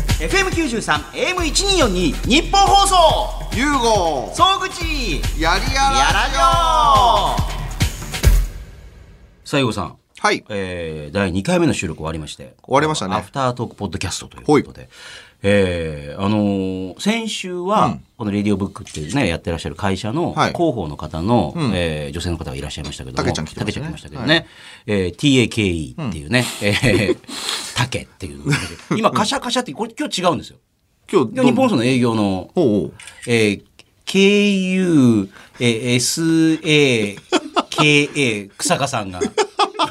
FM93 AM1242 日本放送ユーゴ総口やりややららじじょょ最後さんはいえー第2回目の収録終わりまして終わりましたねアフタートークポッドキャストということで、えーあのー先週は、この「レディオブック」っていうねやってらっしゃる会社のはい広報の方の、えー女性の方がいらっしゃいましたけども竹ちゃん来てましたね竹来けどね、えー TAKE っていうね、えー竹っていう今カシャカシャってこれ今日違うんですよ今日今日日本放どん送の営業のほうほうえー、KU、えー、SA、KA、草加さん が。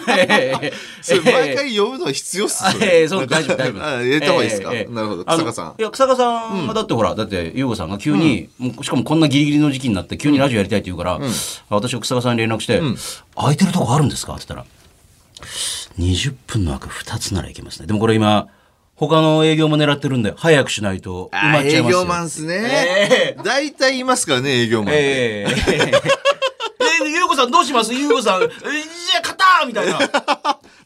えーそれ毎回呼ぶのは必要っすあね えー、そう大丈夫大丈夫 あ入れた方がいいですか、えーえーなるほどあ草の加さんいや草加さんはだってほら、だって優子さんが急に、もうしかもこんなギリギリの時期になって急にラジオやりたいって言うから、私が草加さんに連絡して、空いてるとこあるんですか?」って言ったら「20分の枠2つならいけますね」でもこれ今他の営業も狙ってるんで早くしないと埋まあっちゃい営ますよ業マンっすね、大体いますからね営業マンって、えええ、ゆうこさんどうしますゆうこさん、えいや、勝ったーみたいな。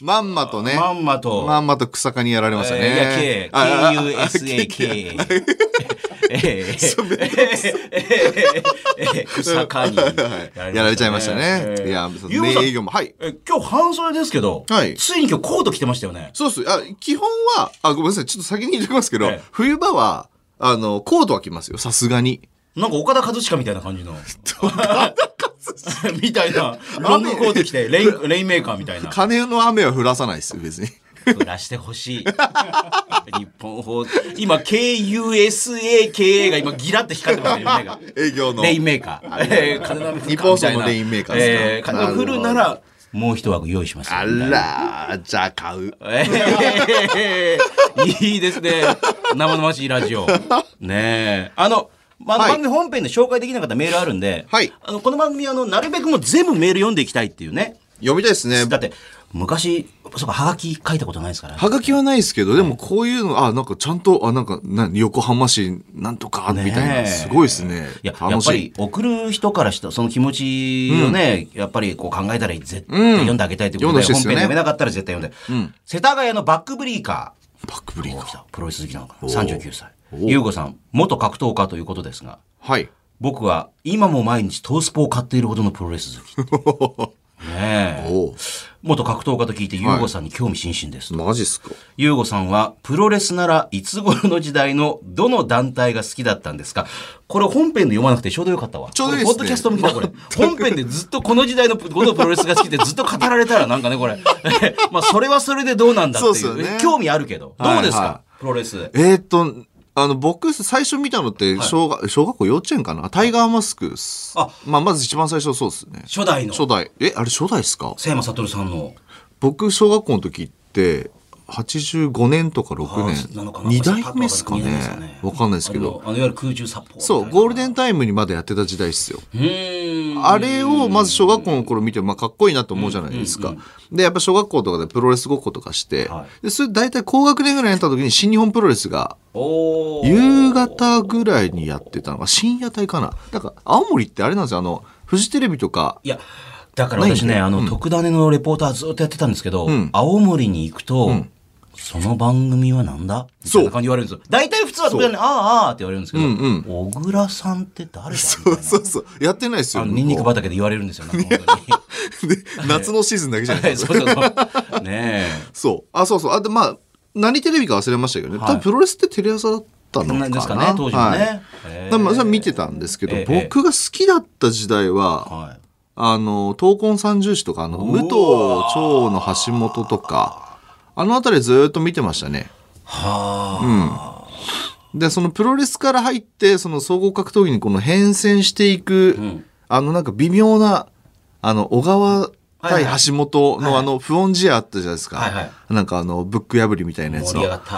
まんまとねまんまとまんまと草加にやられましたね、えーいあや、K、ああ KUSAK。ええめんどええ草加にはいやられちゃいましたね。いや、ゆうこさ名営業ん、も。はい。え今日半袖ですけど、はいついに今日コート着てましたよね。そうっす。あ、基本は、あ、ごめんなさい。ちょっと先に言っておきますけど、ええ冬場は、あの、コートは着ますよ。さすがに。なんか岡田和親みたいな感じの。みたいな。ロングコート着て、レイン、レインメーカーみたいな。金の雨は降らさないですよ、別に。降らしてほしい。日本法、今、KUSAKA が今、ギラって光ってますよ、夢が。営業の。レインメーカー。えー、風の雨降るか日本放送のレインメーカーですかえー、風が降るななら、もう一枠用意しますよ。あみたいな。らー、じゃあ買う。えー、いいですね。生々しいラジオ。ねえ。あの、まあ、はい番組本編で紹介できなかったメールあるんで、はいあのこの番組あの、なるべくもう全部メール読んでいきたいっていうね。読みたいですね。だって、昔、そうか、はがき書いたことないですから。はがきはないですけど、でもこういうの、あ、なんかちゃんと、あ、なんか、な横浜市なんとか、みたいねえな、すごいですね。いやや楽っしぱいり。送る人からしたその気持ちをね、やっぱりこう考えたら絶対読んであげたいということで、読んでほし本いです編よね読めなかったら絶対読んで、世田谷のバックブリーカバックブリーーおカ来ー。たプロレス好きなのかなお39歳お優子さん元格闘家ということですがはい。僕は今も毎日トースポを買っているほどのプロレス好き ねえお元格闘家と聞いて優子さんに興味津々です、マジっすか。優吾さんはプロレスならいつ頃の時代のどの団体が好きだったんですかこれ本編で読まなくてちょうどよかったわ。ちょうどいいですねこれポッドキャスト向きだこれ。本編でずっとこの時代のプどのプロレスが好きでずっと語られたらなんかねこれ。 まあそれはそれでどうなんだっていそうう。っすよね興味あるけど。どうですか、はいはプロレス。えーっと、あの、僕、最初見たのって、小学、小学校幼稚園かなタイガーマスクっす。あまあ、まず一番最初そうですね。初代の初代。え、あれ初代っすか瀬山悟さんの。僕、小学校の時って、85年とか6あ年ーなのか。な2代目っすか二代目ですかねね。わかんないですけあのど。あのいわゆる空中殺法。そう、ゴールデンタイムにまでやってた時代っすよ。うーん。あれをまず小学校の頃見て、まあ、かっこいいなと思うじゃないですか。で、やっぱ小学校とかでプロレスごっことかして、はでそれ大体高学年ぐらいになった時に新日本プロレスがおー夕方ぐらいにやってたのが深夜帯かな。なんか青森ってあれなんですよ、あの、フジテレビとか、いや、だから私ね、ないんだよあの、特ダネのレポーターずっとやってたんですけど、青森に行くと、その番組はなんだみたいな感じで言われるんですよ。大体普通は特ダネ、ああああって言われるんですけど、ん小倉さんって誰だみたそいう そうそう、やってないですな。よ。あの、ニンニク向こ畑で言われるんですよ、なんか本当に。うで夏のシーズンだけじゃないはいです そか。うそうそう。ねそう。あ、そうそう。あ、で、まあ、何テレビか忘れましたけどね。はい多分プロレスってテレ朝だったのかなな。んですかね当時もねはいへーだからまあそれは見てたんですけど、ええ僕が好きだった時代は、え。はい。あの、闘魂三重士とか、あの、武藤長の橋本とか、あのあたりずーっと見てましたね。はあ。で、そのプロレスから入って、その総合格闘技にこの変遷していく、んあのなんか微妙な、あの、小川は対いはい橋本のあの、フロンジアあったじゃないですか。はいはいなんかあの、ブック破りみたいなや盛つり上のが。った。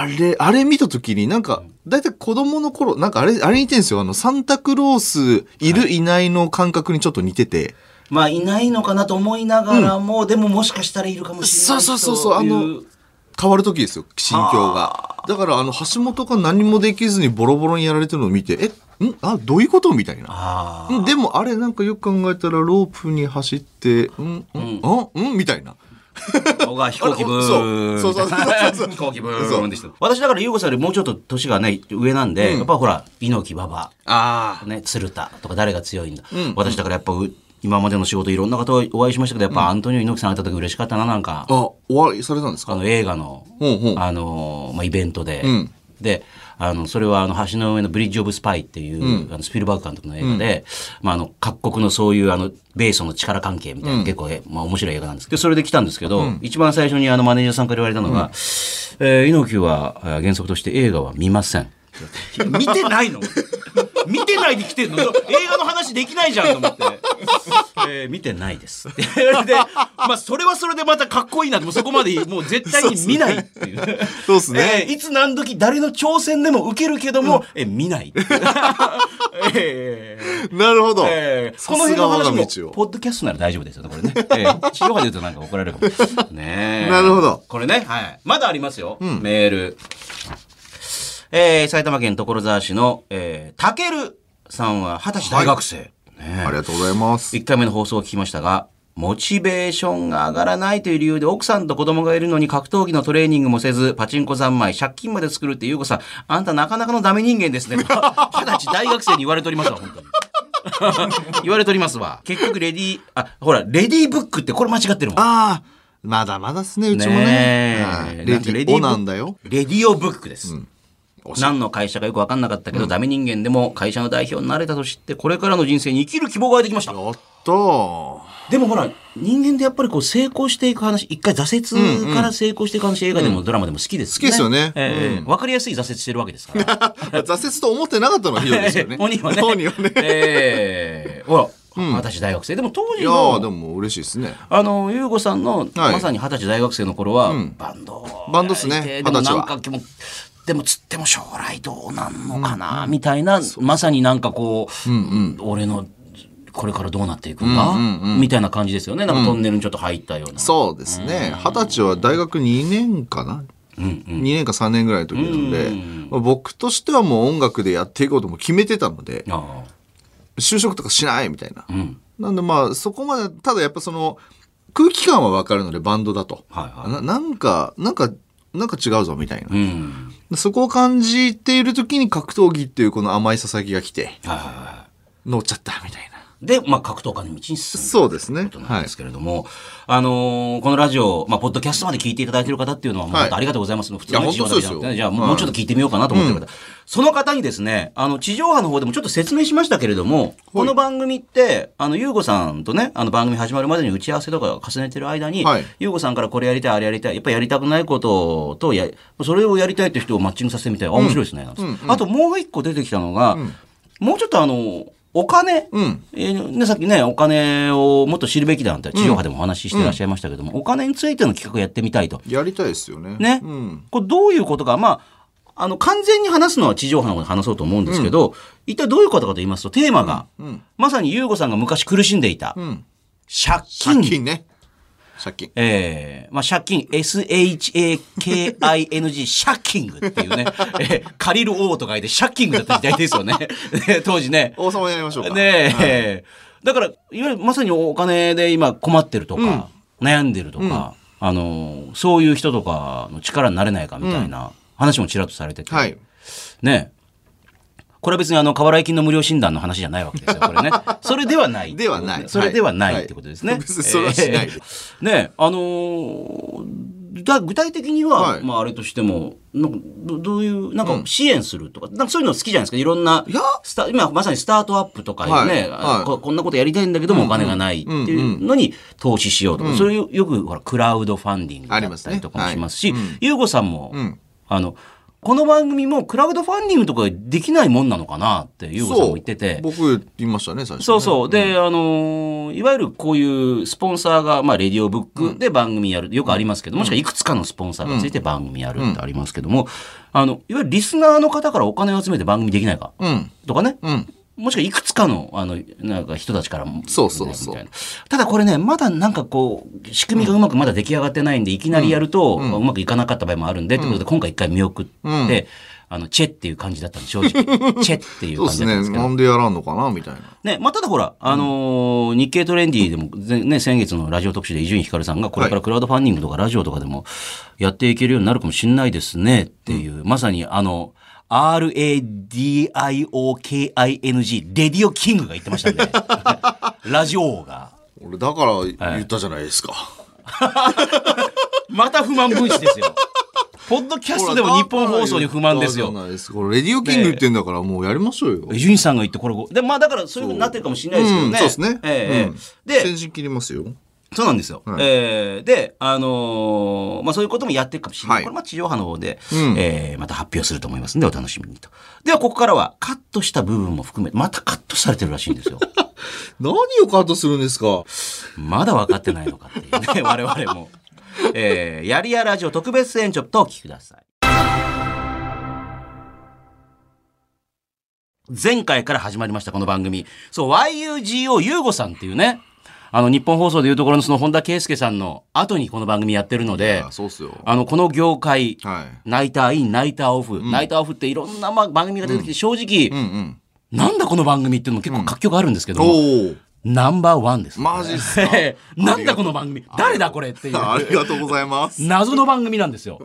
あれ、あれ見たときになんか、だいたい子供の頃、なんかあれ、あれ似てるんですよ。あの、サンタクロースいるいないの感覚にちょっと似てて。まあ、いないのかなと思いながらも、でももしかしたらいるかもしれないとい。そうそうそうそうあの変わる時ですよ心境がだからあの橋本が何もできずにボロボロにやられてるのを見てえんあどういうことみたいなああ。んでもあれなんかよく考えたらロープに走ってんんんんみたいな僕は飛行機ブーン。そうそうそうそうそ う飛行機ブーンでした。私だから優子さんよりもうちょっと年がね、上なんで、やっぱほら、猪木馬場、あね、鶴田とか誰が強いんだ。私だからやっぱう、今までの仕事いろんな方お会いしましたけど、やっぱアントニオ猪木さん会った時嬉しかったな、なんか。あ。あ、お笑いされたんですあかの映画の、うんうんあのまあ、イベントで、んであのそれはあの橋の上の「ブリッジ・オブ・スパイ」っていう、あのスピルバーグ監督の映画で、まあ、あの各国のそういうあの米ソの力関係みたいな、結構、えまあ、面白い映画なんですけどそれで来たんですけど、一番最初にあのマネージャーさんから言われたのが「えー猪木はえー原則として映画は見ません」見てないの見てないで来てんの映画の話できないじゃんと思って。えー見てないです。って言われて、まあ、それはそれでまたかっこいいなって、もうそこまで、もう絶対に見ないっていう。そうですね。えーいつ何時誰の挑戦でも受けるけども、えー見ないっていう。 えーなるほど。えーさこのす辺がの我が話道も、を。ポッドキャストなら大丈夫ですよね、これ ね。えー地上波で言うとなんか怒られるかも。ねえなるほどこれね、はい。まだありますよ、メール。えー埼玉県所沢市の、えーたけるさんは二十歳大学生。ねえありがとうございます。 1回目の放送を聞きましたが、モチベーションが上がらないという理由で奥さんと子供がいるのに格闘技のトレーニングもせず、パチンコ三昧、借金まで作るって優子さん、あんたなかなかのダメ人間ですね。二十歳大学生に言われておりますわ、本当に。言われておりますわ。結局レディー、あ、ほら、レディーブックってこれ間違ってるもん。ああ、まだまだっすね、うちもねね。えはいなレんデかィオなんだよ。レディオブックです。何の会社かよく分かんなかったけど、ダメ人間でも会社の代表になれたと知って、これからの人生に生きる希望が出てきました。やったー。でもほら、人間ってやっぱりこう成功していく話、一回挫折から成功していく話、映画でもドラマでも好きですよね。好きですよねええわかりやすい挫折してるわけですから。 挫折と思ってなかったのがひどいですよ ね。鬼はね。鬼はね。ええほら、私大学生。でも当い時やー、での、も嬉しいですね。あの、ゆうごさんの、はいまさに二十歳大学生の頃は、バンド。バンドっすねええでも二十歳なはんかでも、でもつっても将来どうなんのかな、みたいな、まさになんかこう、俺の、これからどうなっていくんだ、みたいな感じですよね。なんかトンネルにちょっと入ったような。そうですね。二十歳は大学2年かな。2年か3年ぐらいの時なので、まあ僕としてはもう音楽でやっていこうとも決めてたので、ああ就職とかしないみたいな。なんでまあそこまで、ただやっぱその空気感はわかるのでバンドだと。はいはななんか、なんか、なんか違うぞみたいな。うん。そこを感じている時に格闘技っていうこの甘いささぎが来て、はいはいは乗っちゃったみたいな。い。で、まあ、格闘家の道に進む。そうですねと。いうことなはんいで。すけれども、あのーこのラジオ、まあ、ポッドキャストまで聞いていただいている方っていうのは、もうはい本当ありがとうございます。普通いのや地上波だけじゃなくて本当そうですね、よじゃあもうもうちょっと聞いてみようかなと思ってる方、その方にですね、あの、地上波の方でもちょっと説明しましたけれども、この番組って、あの、ゆうごさんとね、あの、番組始まるまでに打ち合わせとかを重ねてる間に、はいゆうごさんからこれやりたい、あれやりたい、やっぱやりたくないことと、や、それをやりたいって人をマッチングさせてみたい。あ、面白いですね。なんつってあともう一個出てきたのが、もうちょっとあの、お金、うんえーね、さっきね、お金をもっと知るべきだなんて、地上波でもお話ししてらっしゃいましたけども、お金についての企画やってみたいと。やりたいですよね。ね。うん。これどういうことか、まあ、あの、完全に話すのは地上波の方で話そうと思うんですけど、一体どういうことかと言いますと、テーマが、うん。まさに優子さんが昔苦しんでいた、うん。借金。借金ね。借金。ええまあ、借金、S-H-A-K-I-N-G、借金って いうね、えー借りる王と書いて借金だった時代ですよね。 ね当時ね。王様になりましょうか。ねえ、だからいわゆるまさにお金で今困ってるとか、悩んでるとか、あのそういう人とかの力になれないかみたいな話もちらっとされてて、はい。ねえこれは別にあの過払い金の無料診断の話じゃないわけですよこ れねそれではないではないそれではなはいいってことですね、別にそれはしないですえーねえあのーだ具体的には、はいまあ、あれとしてもなんかどどういうなんか支援するとか,、なんかそういうの好きじゃないですかいろんないやスタ今まさにスタートアップとかでね、はいはいここんなことやりたいんだけどもお金がないっていうのに投資しようとか、それよくほらクラウドファンディングだありまっすたねりとかもはいしますし優子、さんも、んあのこの番組もクラウドファンディングとかできないもんなのかなって優子さんも言ってて。僕言いましたね、最初ね。そうそう。で、あのーいわゆるこういうスポンサーが、まあ、レディオブックで番組やる、よくありますけども、しくはいくつかのスポンサーがついて番組やるってありますけども、あの、いわゆるリスナーの方からお金を集めて番組できないか、うん。とかね、うん。もしくはいくつかの、あの、なんか人たちからも、そうそうそうねみたいなただこれね、まだなんかこう、仕組みがうまくまだ出来上がってないんで、いきなりやると、うまくいかなかった場合もあるんで、ということで今回一回見送って、あの、チェっていう感じだったんで、 正直。チェっていうそ感うでじすだったんねですけど。なんでやらんのかなみたいなね、まあ、ただほら、あのー日経トレンディでも、ぜね、先月のラジオ特集で伊集院光さんが、これからクラウドファンディングとかラジオとかでもやっていけるようになるかもしれないですねっていう、まさにあの、RADIOKING、レディオキングが言ってましたん で、ラジオ王が。俺だから言ったじゃないですか、また不満分子ですよ。ポッドキャストでも日本放送に不満ですよほ。らだから言ったじゃないですかこれレディオキング言ってんだからもうやりましょうよ、伊集院さんが言って、これご、で、まあだからそういうふうになってるかもしれないですけどうんね。そうですね、ええうんで、先陣切りますよそうなんですよ。はいえーで、あのーまあ、そういうこともやっていくかもしれない。はいこれまあ地上波の方で、うんえーまた発表すると思いますんで、お楽しみにと。では、ここからはカットした部分も含めて、またカットされてるらしいんですよ。何をカットするんですかまだ分かってないのかっていう ね、我々も。えー、やりやラジオ特別演ちょっとお聞きください。前回から始まりました、この番組。そう、YUGO ユーゴさんっていうね、あの、日本放送でいうところのその本田圭佑さんの後にこの番組やってるのであ、そうっすよあの、この業界、はいナイターイン、ナイターオフ、ナイターオフっていろんなまあ番組が出てきて、正直、うんうんなんだこの番組っていうのも結構活気があるんですけども、 おおナンバーワンです。マジっす かなんだこの番組誰だこれっていうありがとうございます謎の番組なんです よ。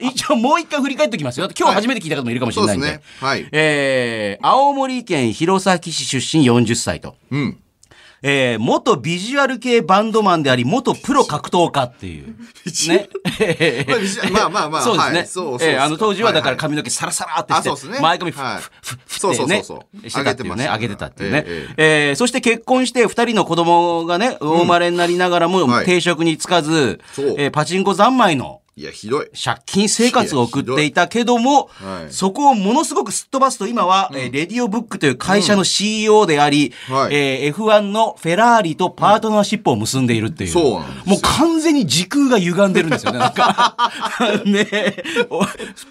一応もう一回振り返っておきますよ。だって今日初めて聞いた方もいるかもしれないんで。そうですねはいえー、青森県弘前市出身40歳と。うんえー、元ビジュアル系バンドマンであり、元プロ格闘家って いう。ね。まあビジュアルまあまあまあそうですね。はいそうそうそうえーあの当時はだかはらいはい髪の毛サラサラってしあて、そうですね前髪ふ、はいふ、ふ、ふそうってそうそねうそうしてたっていうね、上げ上げててたましたねっていうね。えええーそして結婚して二人の子供がね、お生まれになりながらもはい定職に就かず、そうえーパチンコ三昧のいやひどい借金生活を送っていたけども、はいそこをものすごくすっ飛ばすと、今は、えーレディオブックという会社の CEO であり、はいえー F1 のフェラーリとパートナーシップを結んでいるっていう。そうなんですよもう完全に時空が歪んでるんですよね、なん か。ねえお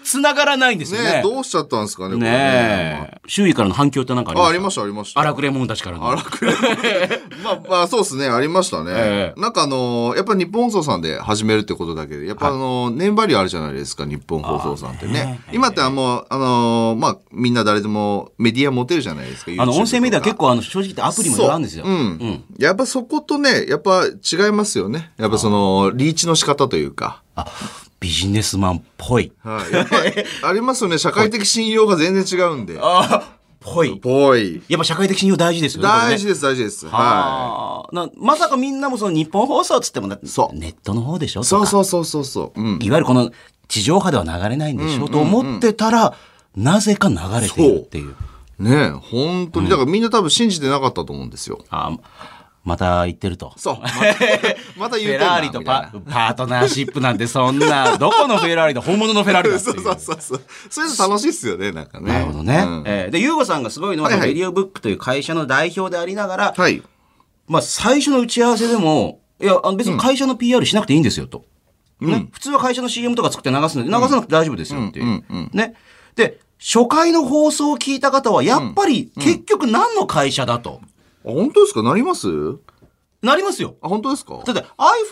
繋がらないんですよね。ねどうしちゃったんですかねこれねえ周囲からの反響ってなんかまあああありりまますしたありました荒くれ者たちからの。荒 くれまあまあそうですねありましたね、えなんかあのーやっぱ日本放送さんで始めるってことだけでやっぱあのー年張りあるじゃないですか日本放送さんってね今ってあんまあのーまあみんな誰でもメディア持てるじゃないですかあの、音声メディア構結構、あの、正直言ってアプリもいろいろあるんですよ。そううん。やっぱそことね、やっぱ違いますよね。やっぱその、リーチの仕方というか。あ、ビジネスマンっぽい。はい。や っぱありますよね。社会的信用が全然違うんで。あ、ぽい。ぽい。やっぱ社会的信用大事ですよね。これね大事です、大事です。はあーなまさかみんなもその日本放送っつってもなそうネットの方でしょい。そううそうそうそうそう。うん。いわゆるこの地上波では流れないんでしょ、と思ってたらなぜか流れているっていうねえ本当に。だからみんな多分信じてなかったと思うんですよ。あーまた言ってると。 そう。またまたフ言ェうてんなラーリとみたいパなパートナーシップなんてそんなどこのフェラーリだ本物のフェラーリだってい そううそうそうそう。そういうの楽しいっすよね、なんかね。なるほどね、うんえーでユーゴさんがすごいのは、はいはいレディオブックという会社の代表でありながら、はい。まあ、最初の打ち合わせでも、いや、あの別に会社の PR しなくていいんですよと。ね、普通は会社の CM とか作って流すので、流さなくて大丈夫ですよっていう。うんうんね。で、初回の放送を聞いた方は、やっぱり結局何の会社だと。あ本当ですかなりますなりますよ。あ、本当ですかだって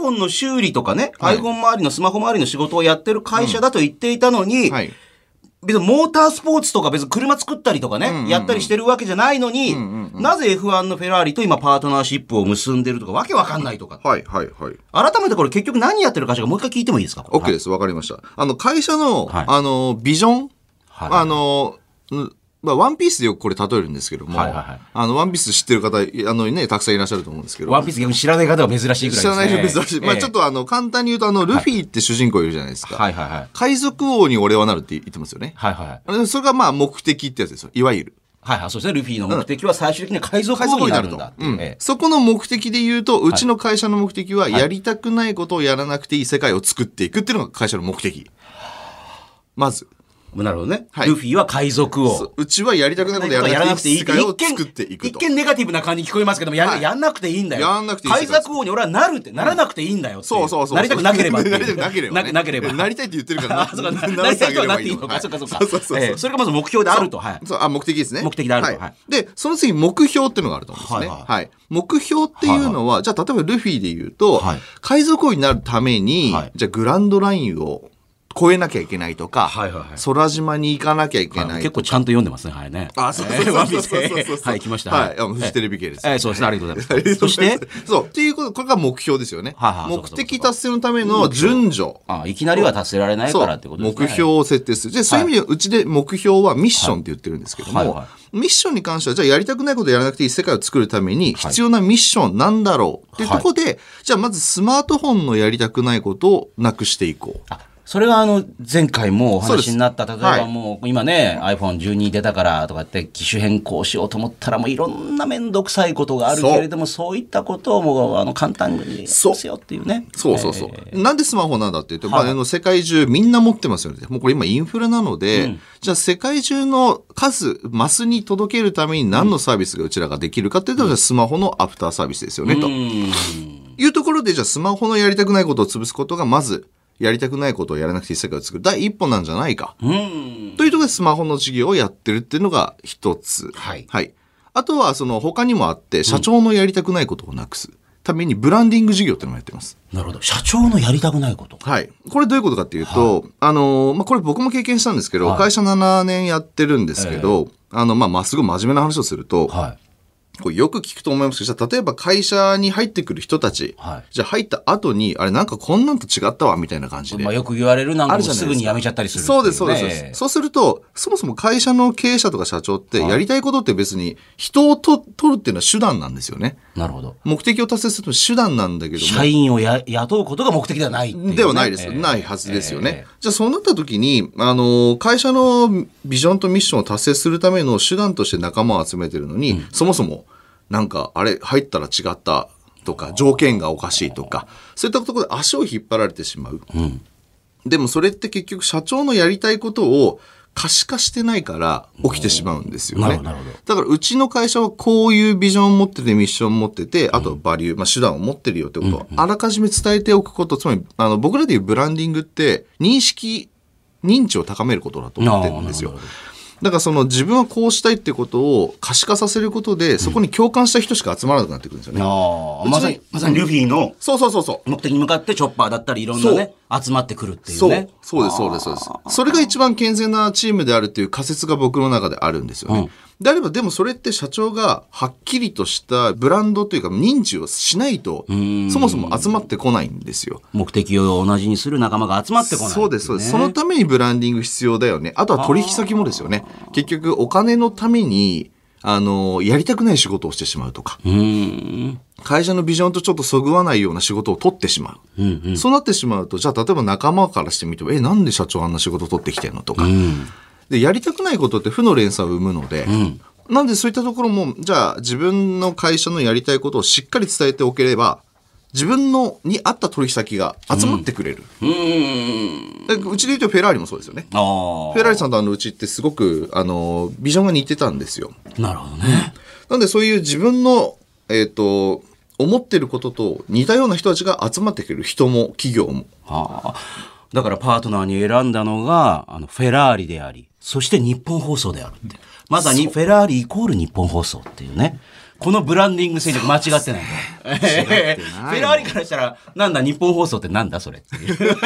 iPhone の修理とかね、はい iPhone 周りのスマホ周りの仕事をやってる会社だと言っていたのに、はい。別にモータースポーツとか別に車作ったりとかね、やったりしてるわけじゃないのに、なぜ F1 のフェラーリと今パートナーシップを結んでるとかわけわかんないとか。はい、はい、はい。改めてこれ結局何やってる会社かもう一回聞いてもいいですか OK です。わかりました。あの、会社の、はいあの、ビジョン、はいあの、うんまあ、ワンピースでよくこれ例えるんですけども、はいはいはいあの、ワンピース知ってる方、いあのね、たくさんいらっしゃると思うんですけど、ワンピース逆に知らない方は珍しいぐらいです、ね。知らない人珍しい。まあ、ちょっと。とあの、簡単に言うと、あの、ルフィって主人公いるじゃないですか。はいはいはい。海賊王に俺はなるって言ってますよね。はいはいはい。あのそれがまあ、目的ってやつですよ。いわゆる。はいはい。そうですね。ルフィの目的は最終的に海賊海賊王に王にななるるんとだっていう。うんええそこの目的で言うと、うちの会社の目的は、やりたくないことをやらなくていい世界を作っていくっていうのが会社の目的。まず。なるほどね。はいルフィは海賊そうを。うちはやりたくないことややららななくくてていいいい世って界を一作ってい見、く一と。見ネガティブな感じに聞こえますけども、や,、はいやんなくていいんだよ。やんなくていい世界海賊王に俺はなるって、ならなくていいんだよっていそうそうそう。なりたくなければっていう なりたくなければね。ななければ。なりたいって言ってるかあら、 そうかならなりせてたあいとげれはなばっていいのはか、そうかそうか。そうそうそうええそれがまず目標であると。はい。そうあ目的ですね。目的であるとははいい。で、その次、目標っていうのがあると思うんですね。ははいい、目標っていうのは、じゃあ、例えばルフィで言うと、はい海賊王になるために、はいじゃあ、グランドラインを越えなきゃいけないとか、はいはいはい空島に行かなきゃいけない結構ちゃんと読んでますね、はいね。あ、そうそうええそうわそうびそうそうそうてはい、来ました。はい。あのフジテレビ系です。ええ、そうですね。ありがとうございありがます。とうそごしざいてま、すそう。っていうこと、これが目標ですよね。はいはいそう目かそうか的達成のための順序。あいきなりは達せられないそからってこうとですね。目標を設定する。じゃあ、そういう意味では、うちで目標はミッションって言ってるんですけども、はいはいはミッションに関しては、じゃあやりたくないことやらなくていい世界を作るために、必要なミッションなんだろうっていうところで、じゃあまずスマートフォンのやりたくないことをなくしていこう。あそれがあの前回もおそうです話になった例えはいばもう今ね、iPhone12 出たからとかって機種変更しようと思ったらもういろんな面倒くさいことがあるそうけれどもそういったことをもうあの簡単にそうですよっていうねそうそうそう。なんでスマホなんだって言うと、まあ、あの世界中みんな持ってますよね。もうこれ今インフラなので、じゃあ世界中の数、マスに届けるために何のサービスがうちらができるかっていうと、じゃあスマホのアフターサービスですよね、と。いうところで、じゃあスマホのやりたくないことを潰すことが、まず、やりたくないことをやらなくていい世界を作る第一歩なんじゃないか。うーんというところでスマホの事業をやってるっていうのが一つ。はいあとは、その他にもあって、社長のやりたくないことをなくすために、ブランディング事業っていうのもやってます。なるほど社長のやりたくないことはい。これどういうことかっていうと、あのー、まあ、これ僕も経験したんですけど、会社7年やってるんですけど、あの、まあ、まっすぐ真面目な話をすると、はいこれよく聞くと思いますけど、じゃあ例えば会社に入ってくる人たち、はいじゃあ入った後に、あれなんかこんなんと違ったわ、みたいな感じで。まあ、よく言われるなんかあもるじゃないですすかぐに辞めちゃったりするっていそうです、そうです。そうですねそうすると、そもそも会社の経営者とか社長って、やりたいことって別に人をと取るっていうのは手段なんですよね。なるほど目的を達成するのは手段なんだけども社員をや雇うことが目的ではないってうねではないでえす、えないはずですよね。えじゃあそうなった時に、あの、会社のビジョンとミッションを達成するための手段として仲間を集めてるのに、そもそも、なんか、あれ、入ったら違ったとか、条件がおかしいとか、そういったところで足を引っ張られてしまう。でもそれって結局社長のやりたいことを可視化してないから起きてしまうんですよなるねほどなるほど。だからうちの会社はこういうビジョンを持っててミッションを持ってて、あとはバリュー、まあ手段を持ってるよってことをあらかじめ伝えておくこと、つまりあの僕らでいうブランディングって認識、認知を高めることだと思ってるんですよあーなるほどなる。だからその自分はこうしたいってことを可視化させることで、そこに共感した人しか集まらなくなってくるんですよね。ああまさにまさにルフィのそうそうそうそう。目的に向かってチョッパーだったりいろんなね集まってくるっていうねそう。そうです、そうです、そうです。それが一番健全なチームであるっていう仮説が僕の中であるんですよね。であれば、でもそれって社長がはっきりとしたブランドというか認知をしないと、そもそも集まってこないんですよ。目的を同じにする仲間が集まってこないそうです、そうです。そのためにブランディング必要だよね。あとは取引先もですよね。結局、お金のために、あの、やりたくない仕事をしてしまうとか。うーん会社のビジョンとちょっとそぐわないような仕事を取ってしまう。そうなってしまうと、じゃあ例えば仲間からしてみても、え、なんで社長あんな仕事取ってきてんのとか、で、やりたくないことって負の連鎖を生むので、なんでそういったところも、じゃあ自分の会社のやりたいことをしっかり伝えておければ、自分のに合った取引先が集まってくれる。うーんでうちで言うとフェラーリもそうですよね。あーフェラーリさんとあのうちってすごく、あの、ビジョンが似てたんですよ。なるほどねなんでそういう自分の、えっ、と、思ってることと似たような人たちが集まってくる人も企業も。あーだからパートナーに選んだのがあのフェラーリでありそして日本放送であるってまさにフェラーリイコール日本放送っていうねこのブランディング戦略間違ってないんだよ フェラーリからしたらなんだ日本放送ってなんだそれっていう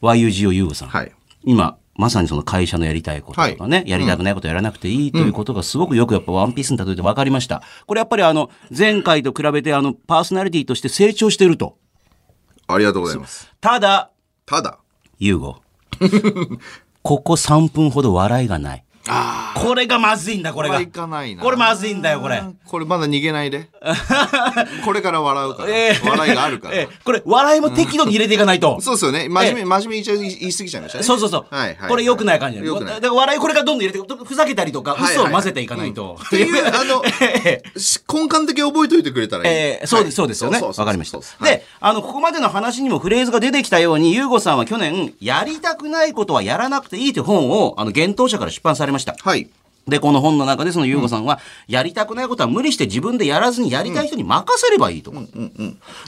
YUGO ユーゴさんはい。今まさにその会社のやりたいこととかね、やりたくないことやらなくていいということがすごくよくやっぱワンピースに例えて分かりました。これやっぱりあの前回と比べてあのパーソナリティとして成長してると。ありがとうございます。ただ、ただ、ユーゴ。ここ3分ほど笑いがない。これがまずいんだ、これこが。れはいかないなこれまずいんだよ、これ。これまだ逃げないでこれから笑うから、ええ笑いがあるから、ええこれ、笑いも適度に入れていかないと。そうですよね真面目、え真面目に言っちゃい言い過ぎちゃいましたねそうそうそう。はいはいこれ良くない感じだ良よくないだから笑いこれからどんどん入れて、ふざけたりとか、はい嘘を混ぜていかないと。って いう、あの、えし根幹だけ覚えといてくれたらいい。えーそうです、そうはいですよね。そうそうそわうかりましたそう。そうで、あの、ここまでの話にもフレーズが出てきたように、ゆうごさんは去年、やりたくないことはやらなくていいという本を、あの、幻冬者から出版されました。はい。で、この本の中でその優子さんは、やりたくないことは無理して自分でやらずにやりたい人に任せればいいとか、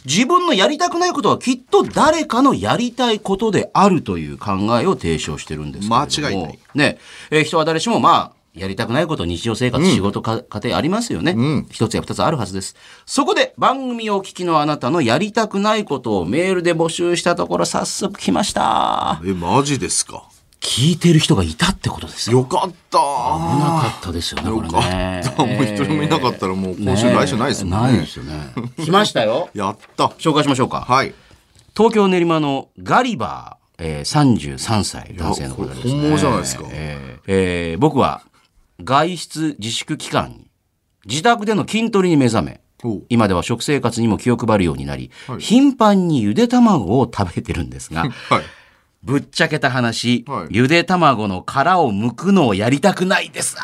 自分のやりたくないことはきっと誰かのやりたいことであるという考えを提唱してるんですけれども。間違いない。ね、えー人は誰しもまあ、やりたくないこと、日常生活、仕事、か家庭ありますよね。一つや二つあるはずです。そこで番組をお聞きのあなたのやりたくないことをメールで募集したところ早速来ました。え、マジですか。聞いてる人がいたってことですよよかった。危なかったですよね、これね。もう一人もいなかったらもう今週来週ないですもんねないですよね。来ましたよ。やった。紹介しましょうか。はい。東京練馬のガリバー、えー、33歳男性の方ですね。いやこれ本物じゃないですかえーえー僕は外出自粛期間に自宅での筋トレに目覚めおう、今では食生活にも気を配るようになり、頻繁にゆで卵を食べてるんです が、はい。ぶっちゃけた話、はいゆで卵の殻を剥くのをやりたくないです。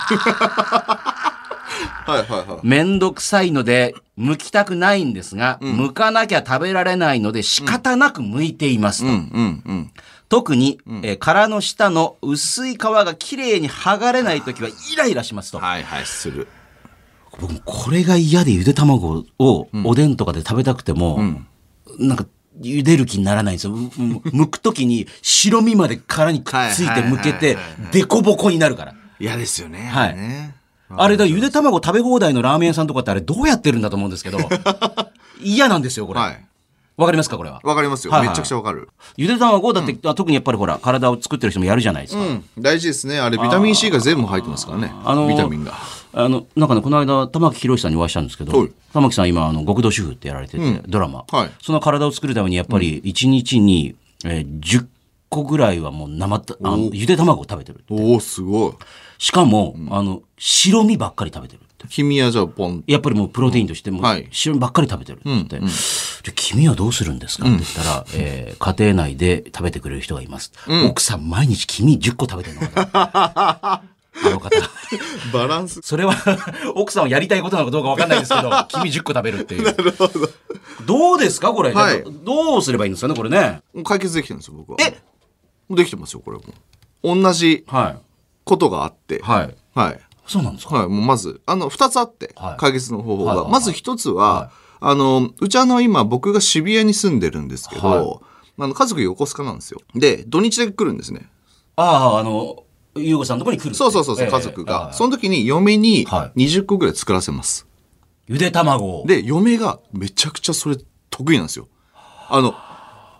はいはいはめんどくさいので、剥きたくないんですが、剥かなきゃ食べられないので仕方なく剥いていますと。い。うんうんうん。特に、えー殻の下の薄い皮が綺麗に剥がれない時はイライラしますと。はいはい、する。僕もこれが嫌でゆで卵をおでんとかで食べたくても、なんか、茹でる気にならないんですよ。うう剥くときに白身まで殻にくっついて剥けてはいはいはい、デコボコになるから。嫌ですよね。はいあれねあれだ、ゆで卵食べ放題のラーメン屋さんとかってあれどうやってるんだと思うんです けど、嫌なんですよ、これ。はい。わかりますかこれは。わかりますよ。はいはいめちゃくちゃわかる。ゆで卵だって、あ特にやっぱりほら、体を作ってる人もやるじゃないですか。うん。大事ですね。あれ、ビタミン C が全部入ってますからね。あのービタミンが。あの、なんかね、この間、玉木宏さんにお会いしたんですけどはい、玉木さん今、あの、極道主婦ってやられてて、ドラマ。はいその体を作るために、やっぱり、1日に、えー10個ぐらいはもう生た、あのゆで卵を食べてる。おおすごい。しかも、あの、白身ばっかり食べてるって。君はじゃあ、ポン。やっぱりもうプロテインとしてもはい白身ばっかり食べてるって言って、じゃあ君はどうするんですかって言ったら、えー家庭内で食べてくれる人がいます。奥さん毎日君10個食べてるの かなあの方。バランス。それは奥さんをやりたいことなのかどうかわかんないです けど、君10個食べるっていう。なるほど。どうですかこれ、はいどうすればいいんですかねこれね。もう解決できてるんですよ、僕は。えできてますよ、これも。同じはことがあって。い。はい。はい。そうなんですかはい、もうまず、あの、二つあってはい、解決の方法はいが。はいまず一つは、あの、うちあの、今、僕が渋谷に住んでるんですけはいど、あの、家族横須賀なんですよ。で、土日だけ来るんですね。ああ、あの、ゆうごさんのところに来るって。そうそうそうそう、ええ家族あが。あその時に嫁には20個ぐらい作らせます。ゆで卵を。で、嫁がめちゃくちゃそれ得意なんですよ。あの、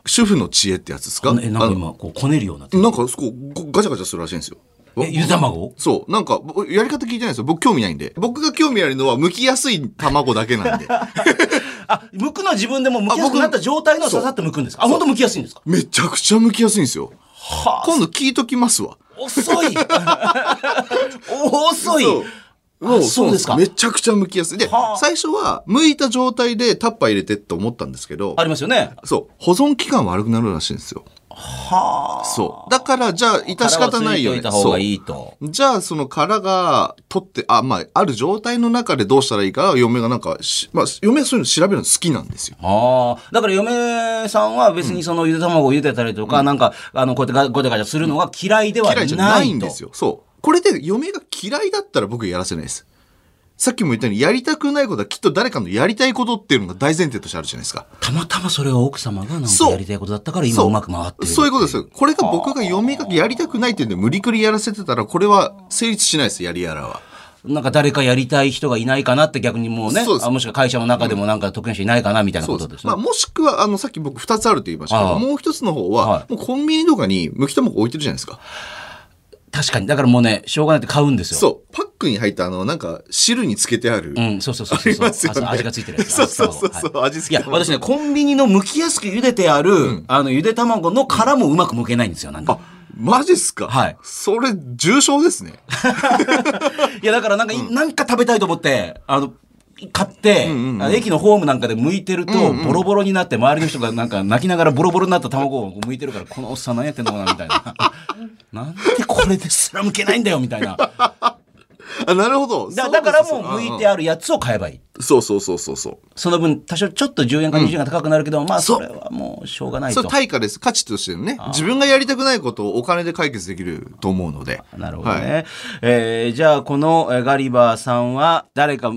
主婦の知恵ってやつですかえなんかあの今、こう、こねるようになってる。なんか、そこ、ごガチャガチャするらしいんですよ。わえ、ゆで卵をそう。なんか、ぼやり方聞いてないんですよ。僕興味ないんで。僕が興味あるのは、剥きやすい卵だけなん で。あ、剥くのは自分でも剥きやすくなった状態の刺さって剥くんですかあ、本当剥きやすいんですかめちゃくちゃ剥きやすいんですよ。は今度聞いときますわ。あ、遅 い遅いそうもあそうですかめちゃくちゃ剥きやすい。ではあ、最初は、剥いた状態でタッパー入れてって思ったんですけどあ、りますよね。そう、保存期間悪くなるらしいんですよ。はあ。そう。だから、じゃあ、致し方ないよ殻はついといね。た方がそいいと。う。じゃあ、その殻が取って、あ、まあ、ある状態の中でどうしたらいいか、嫁がなんかし、まあ、嫁はそういうの調べるの好きなんですよ。ああ。だから嫁さんは別にそのゆで卵を茹でたりとか、なんか、あの、こうやってガゴテガチャするのが嫌いではな嫌いいと。じゃないんですよ。そう。これで嫁が嫌いだったら僕やらせないです。さっきも言ったように、やりたくないことはきっと誰かのやりたいことっていうのが大前提としてあるじゃないですか。たまたまそれは奥様がなんかそうやりたいことだったから今うまく回ってる。そういうことですよ。これが僕が嫁がやりたくないっていうんで無理くりやらせてたら、これは成立しないです、やりやらは。なんか誰かやりたい人がいないかなって逆にもうね、そうですあもしくは会社の中でもなんか得意な人いないかなみたいなそこうとでですすまね。あ、もしくは、あの、さっき僕二つあると言いましたけあど、あもう一つの方は、はもうコンビニとかに剥き卵置いてるじゃないですか。確かに。だからもうね、しょうがないって買うんですよ。そう。パックに入った、あの、なんか、汁につけてある。うん、そうそうそうそうあり ますよねあそう味がついてるやつ。そうそうそうそうはい味付けいや、私ね、コンビニの剥きやすく茹でてある、あの、茹で卵の殻もうまく剥けないんですよ、なんか。マジっすかはいそれ、重症ですね。いや、だからなんかい、なんか食べたいと思って、あの、買って、あの駅のホームなんかで剥いてると、ボロボロになって、周りの人がなんか泣きながらボロボロになった卵をこう剥いてるから、このおっさん何やってんのかな、みたい な。なんでこれですら剥けないんだよ、みた いな。だあ、なるほど。そうだからそもうそ剥いてあるやつを買えばいい。そうそうそうそうそう。その分、多少ちょっと10円か20円が高くなるけど、まあ、それはもうしょうがないそとれ。対価です。価値としてのね。自分がやりたくないことをお金で解決できると思うので。なるほどはいね。えーじゃあ、このえーガリバーさんは、誰か、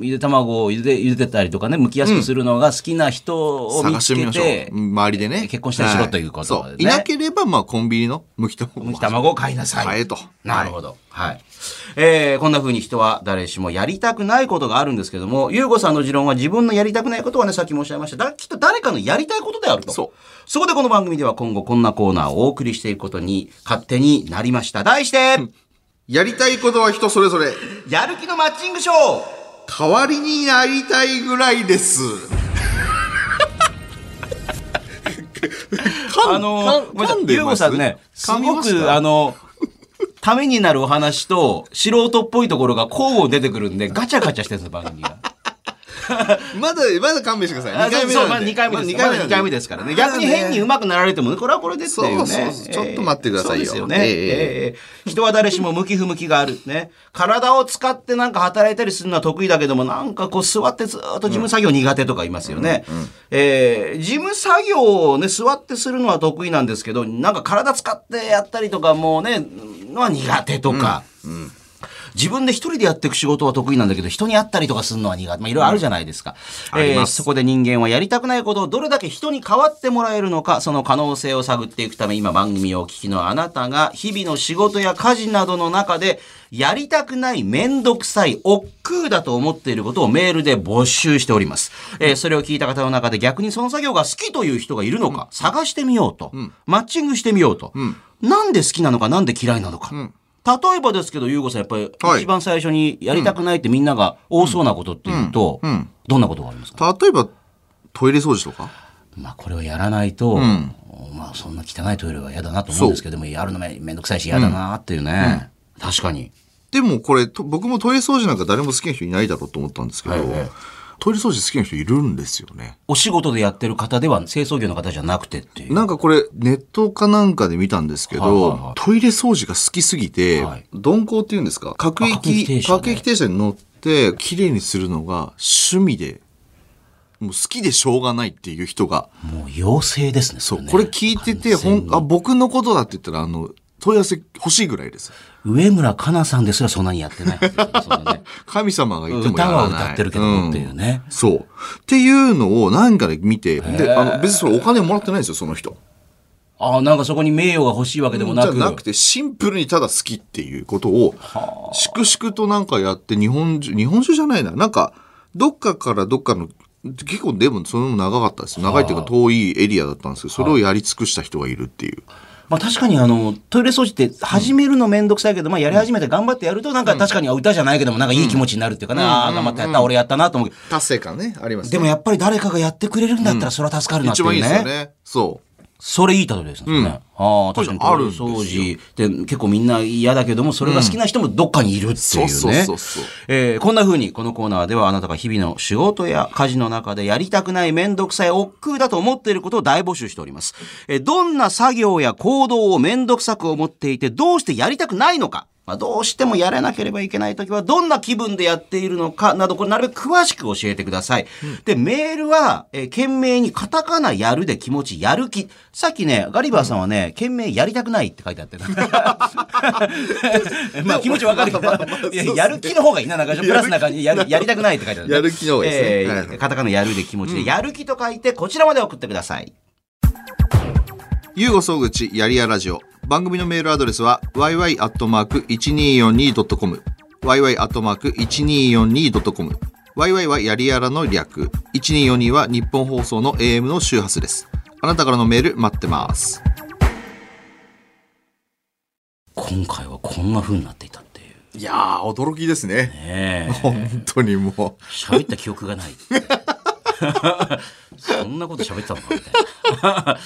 ゆで卵をゆで、ゆでてたりとかね、剥きやすくするのが好きな人を見探してつみけましょて、う。周りでね。結婚したりしろということはでねそう。いなければ、まあ、コンビニの剥き卵。むき卵を買いなさい。買えと。なるほど。はい。えーこんな風に人は誰しもやりたくないことがあるんですけども、ゆうごさんの持論は自分のやりたくないことはね、さっき申し上げました。だきっと誰かのやりたいことであると。そうそこでこの番組では今後こんなコーナーをお送りしていくことに勝手になりました。題して、やりたいことは人それぞれ。やる気のマッチングショー代わりになりたいぐらいです。 あの、ごめんなさいゆうごさんね、すごく、あの、の、ためになるお話と、素人っぽいところが交互に出てくるんで、ガチャガチャしてるんですよ、番組が。まだ、まだ勘弁してください。あ二回目そうなまあんで。 2回目です。二まだ二回回目目でですからね。逆に変にうまくなられてもね、これはこれでっていうね。そうそうそうちょっと待ってくださそういよですよね。ええええ人は誰しも向き不向きがある。ね。体を使ってなんか働いたりするのは得意だけども、なんかこう座ってずっと事務作業苦手とかいますよね。ええ事務作業をね、座ってするのは得意なんですけど、なんか体使ってやったりとかもうね、のは苦手とか。自分で一人でやっていく仕事は得意なんだけど、人に会ったりとかするのは苦手。まあ、いろいろあるじゃないですか。うんありますそこで人間はやりたくないことをどれだけ人に代わってもらえるのか、その可能性を探っていくため、今番組をお聞きのあなたが、日々の仕事や家事などの中で、やりたくない、めんどくさい、億劫だと思っていることをメールで募集しております。えーそれを聞いた方の中で逆にその作業が好きという人がいるのか、探してみようと、マッチングしてみようと、なんで好きなのか、なんで嫌いなのか。例えばですけど、ゆうごさん、やっぱり、はい一番最初にやりたくないってみんなが多そうなことっていうと、どんなことがありますか例えば、トイレ掃除とかまあ、これをやらないと、まあ、そんな汚いトイレは嫌だなと思うんですけども、やるのめめんどくさいし嫌だなっていうね。確かに。でもこれと僕もトイレ掃除なんか誰も好きな人いないだろうと思ったんですけど、はいはいトイレ掃除好きな人いるんですよね。お仕事でやってる方では、清掃業の方じゃなくてっていう。なんかこれネットかなんかで見たんですけど、はいはいはいトイレ掃除が好きすぎて、はい鈍行っていうんですか各あ各駅停駅車ね各駅停車に乗って綺麗にするのが趣味でもう好きでしょうがないっていう人が、もう妖精ですね。そうねこれ聞いててほんあ僕のことだって言ったらあの問い合わせ欲しいぐらいです。上村かなさんですらそんなにやってないはずですよそんなね 神様がいても や歌らはない。歌ってるけどもっていうね。そう。っていうのを何かで見て、で、あの、別にそれお金もらってないんですよ、その人。ああ、なんかそこに名誉が欲しいわけでもなじく。ゃなくて、シンプルにただ好きっていうことを、粛々となんかやって、日本中、日本中じゃないな。なんか、どっかからどっかの、結構でもそれも長かったです。長いっていうか遠いエリアだったんですけど、それをやり尽くした人がいるっていう。まあ確かにあの、トイレ掃除って始めるのめんどくさいけど、まあやり始めて頑張ってやると、なんか確かにあ歌じゃないけども、なんかいい気持ちになるっていうかな、ああ、頑張ったやった、俺やったなと思うけど。達成感ね、ありますでもやっぱり誰かがやってくれるんだったら、それは助かるなってい一う番いいですよね。ね。そう。それいい例えですね。ああ、確かにこれトあイレるんですよ掃除って結構みんな嫌だけども、それが好きな人もどっかにいるっていうね。うんそうそうそうそうえーこんな風に、このコーナーではあなたが日々の仕事や家事の中でやりたくないめんどくさい億劫だと思っていることを大募集しております。えーどんな作業や行動をめんどくさく思っていて、どうしてやりたくないのか。まあ、どうしてもやらなければいけないときは、どんな気分でやっているのかなど、これなるべく詳しく教えてください。で、メールは、えー懸命にカタカナやるで気持ちやる気。さっきね、ガリバーさんはね、懸命やりたくないって書いてあってた。まあ気持ちわかるけど、いややる気の方がいいな、中島。プラスな感じで やるやりたくないって書いてある、やる気の方がいいですねえーはいはいカタカナやるで気持ちで、やる気と書いて、こちらまで送ってください。ゆうご総口やりやラジオ。番組のメールアドレスは yy.1242.com。yy.1242.com。yy はやりやらの略。1242は日本放送の AM の周波数です。あなたからのメール待ってます。今回はこんな風になっていたっていう。いやー、驚きですね。 ええ本当にもう。喋った記憶がない。 そんなこと喋ってたのかみたいな。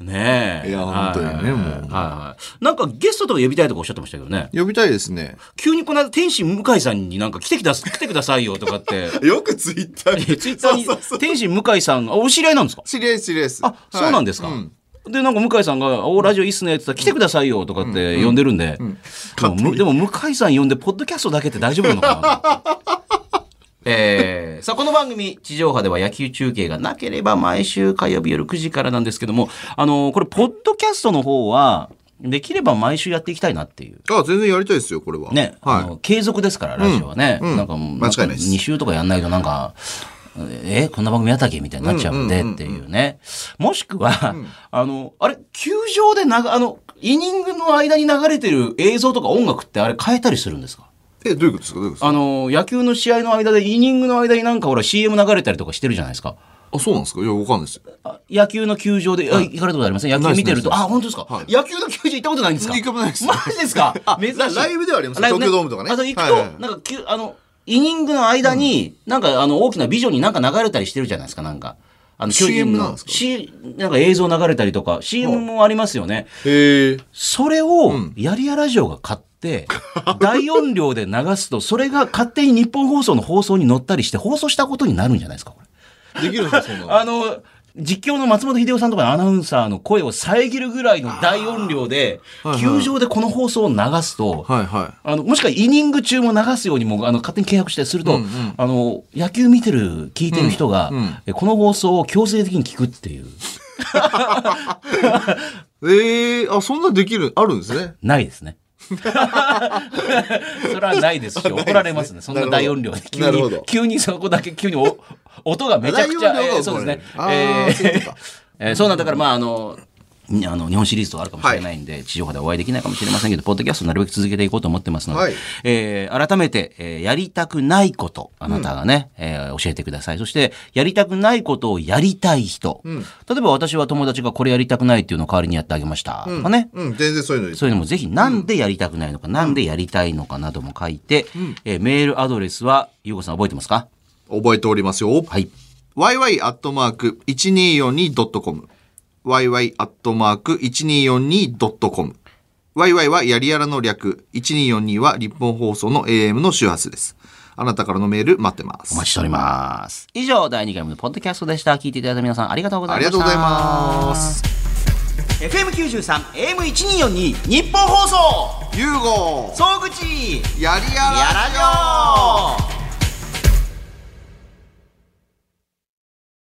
ねえ。いや本当にねはいはいはいもうはいはい。なんかゲストとか呼びたいとかおっしゃってましたけどね。呼びたいですね。急にこの間天心向井さんになんか来てくださ来てくださいよとか って。よくツイッターえツイッターそうそうそうに天心向井さんが、あお知り合いなんですか知り合い知り合いです。あ、そうなんですか。はいで、なんか向井さんが、お、ラジオいいっすねって言ったら、来てくださいよとかって呼んでるんで。でもむでも、向井さん呼んで、ポッドキャストだけって大丈夫なのかな えーさあ、この番組、地上波では野球中継がなければ、毎週火曜日夜9時からなんですけども、あのこれ、ポッドキャストの方は、できれば毎週やっていきたいなっていう。あ、全然やりたいですよ、これは。ね、あはの継続ですから、ラジオはね。なんかもう、間違いないです2週とかやんないと、なんか、え、こんな番組やったっけみたいになっちゃうんでっていうね。もしくは、あの、あれ、球場でなが、あの、イニングの間に流れてる映像とか音楽ってあれ変えたりするんですかい。え、どういうことですかどういうことですかあの、野球の試合の間で、イニングの間になんかほら CM 流れたりとかしてるじゃないですか。あ、そうなんですかいや、わかんないです。あ野球の球場で、あ行かれたことありません野球見てると、なあ、いです本当ですか、野球の球場行ったことないんですか行かないですマジですかあ珍しいラライブ ではありますライブね東京ドームとかねあと行くはいはいと、なんかきゅ、あの、イニングの間に、なんか、あの、大きなビジョンになんか流れたりしてるじゃないですか、なんか。あの、 CM なんですか C、なんか映像流れたりとか、CM もありますよね。へえ。それを、やりやラジオが買 って、大音量で流すと、それが勝手に日本放送の放送に乗ったりして、放送したことになるんじゃないですか、これ。できるんですかそんなのあの、実況の松本秀夫さんとかのアナウンサーの声を遮るぐらいの大音量で、球場でこの放送を流すと、はいはあのもしくはイニング中も流すようにもあの勝手に契約してすると、あの野球見てる聞いてる人が、えこの放送を強制的に聞くっていうい。ええあ、そんなできる、あるんですね。ないですね。 それはない ですし怒られますねそんな大音量で急なるほにど急にそこだけ急にお音がめちゃくちゃ、大音量ーが怒られるそうですねあーそういうことか えーそうなんだからまああのにあの日本シリーズとかあるかもしれないんで、地上波でお会いできないかもしれませんけど、ポッドキャストなるべく続けていこうと思ってますので、はいえー改めて、えーやりたくないこと、あなたがね、えー教えてください。そして、やりたくないことをやりたい人。例えば私は友達がこれやりたくないっていうのを代わりにやってあげました。とかね。うん、全然そういうのいいですそういうのもぜひなんでやりたくないのか、なんでやりたいのかなども書いて、えーメールアドレスは、ゆうこさん覚えてますか覚えておりますよ。はい。 yy.1242.com。yy.1242.com。yy はやりやらの略。1242は日本放送の AM の周波数です。あなたからのメール待ってますお。待ちしております。以上、第2回目のポッドキャストでした。聞いていただいた皆さんありがとうございあました。りがとうございます。す。FM93、AM1242、日本放送ユーゴ総口やりややららよ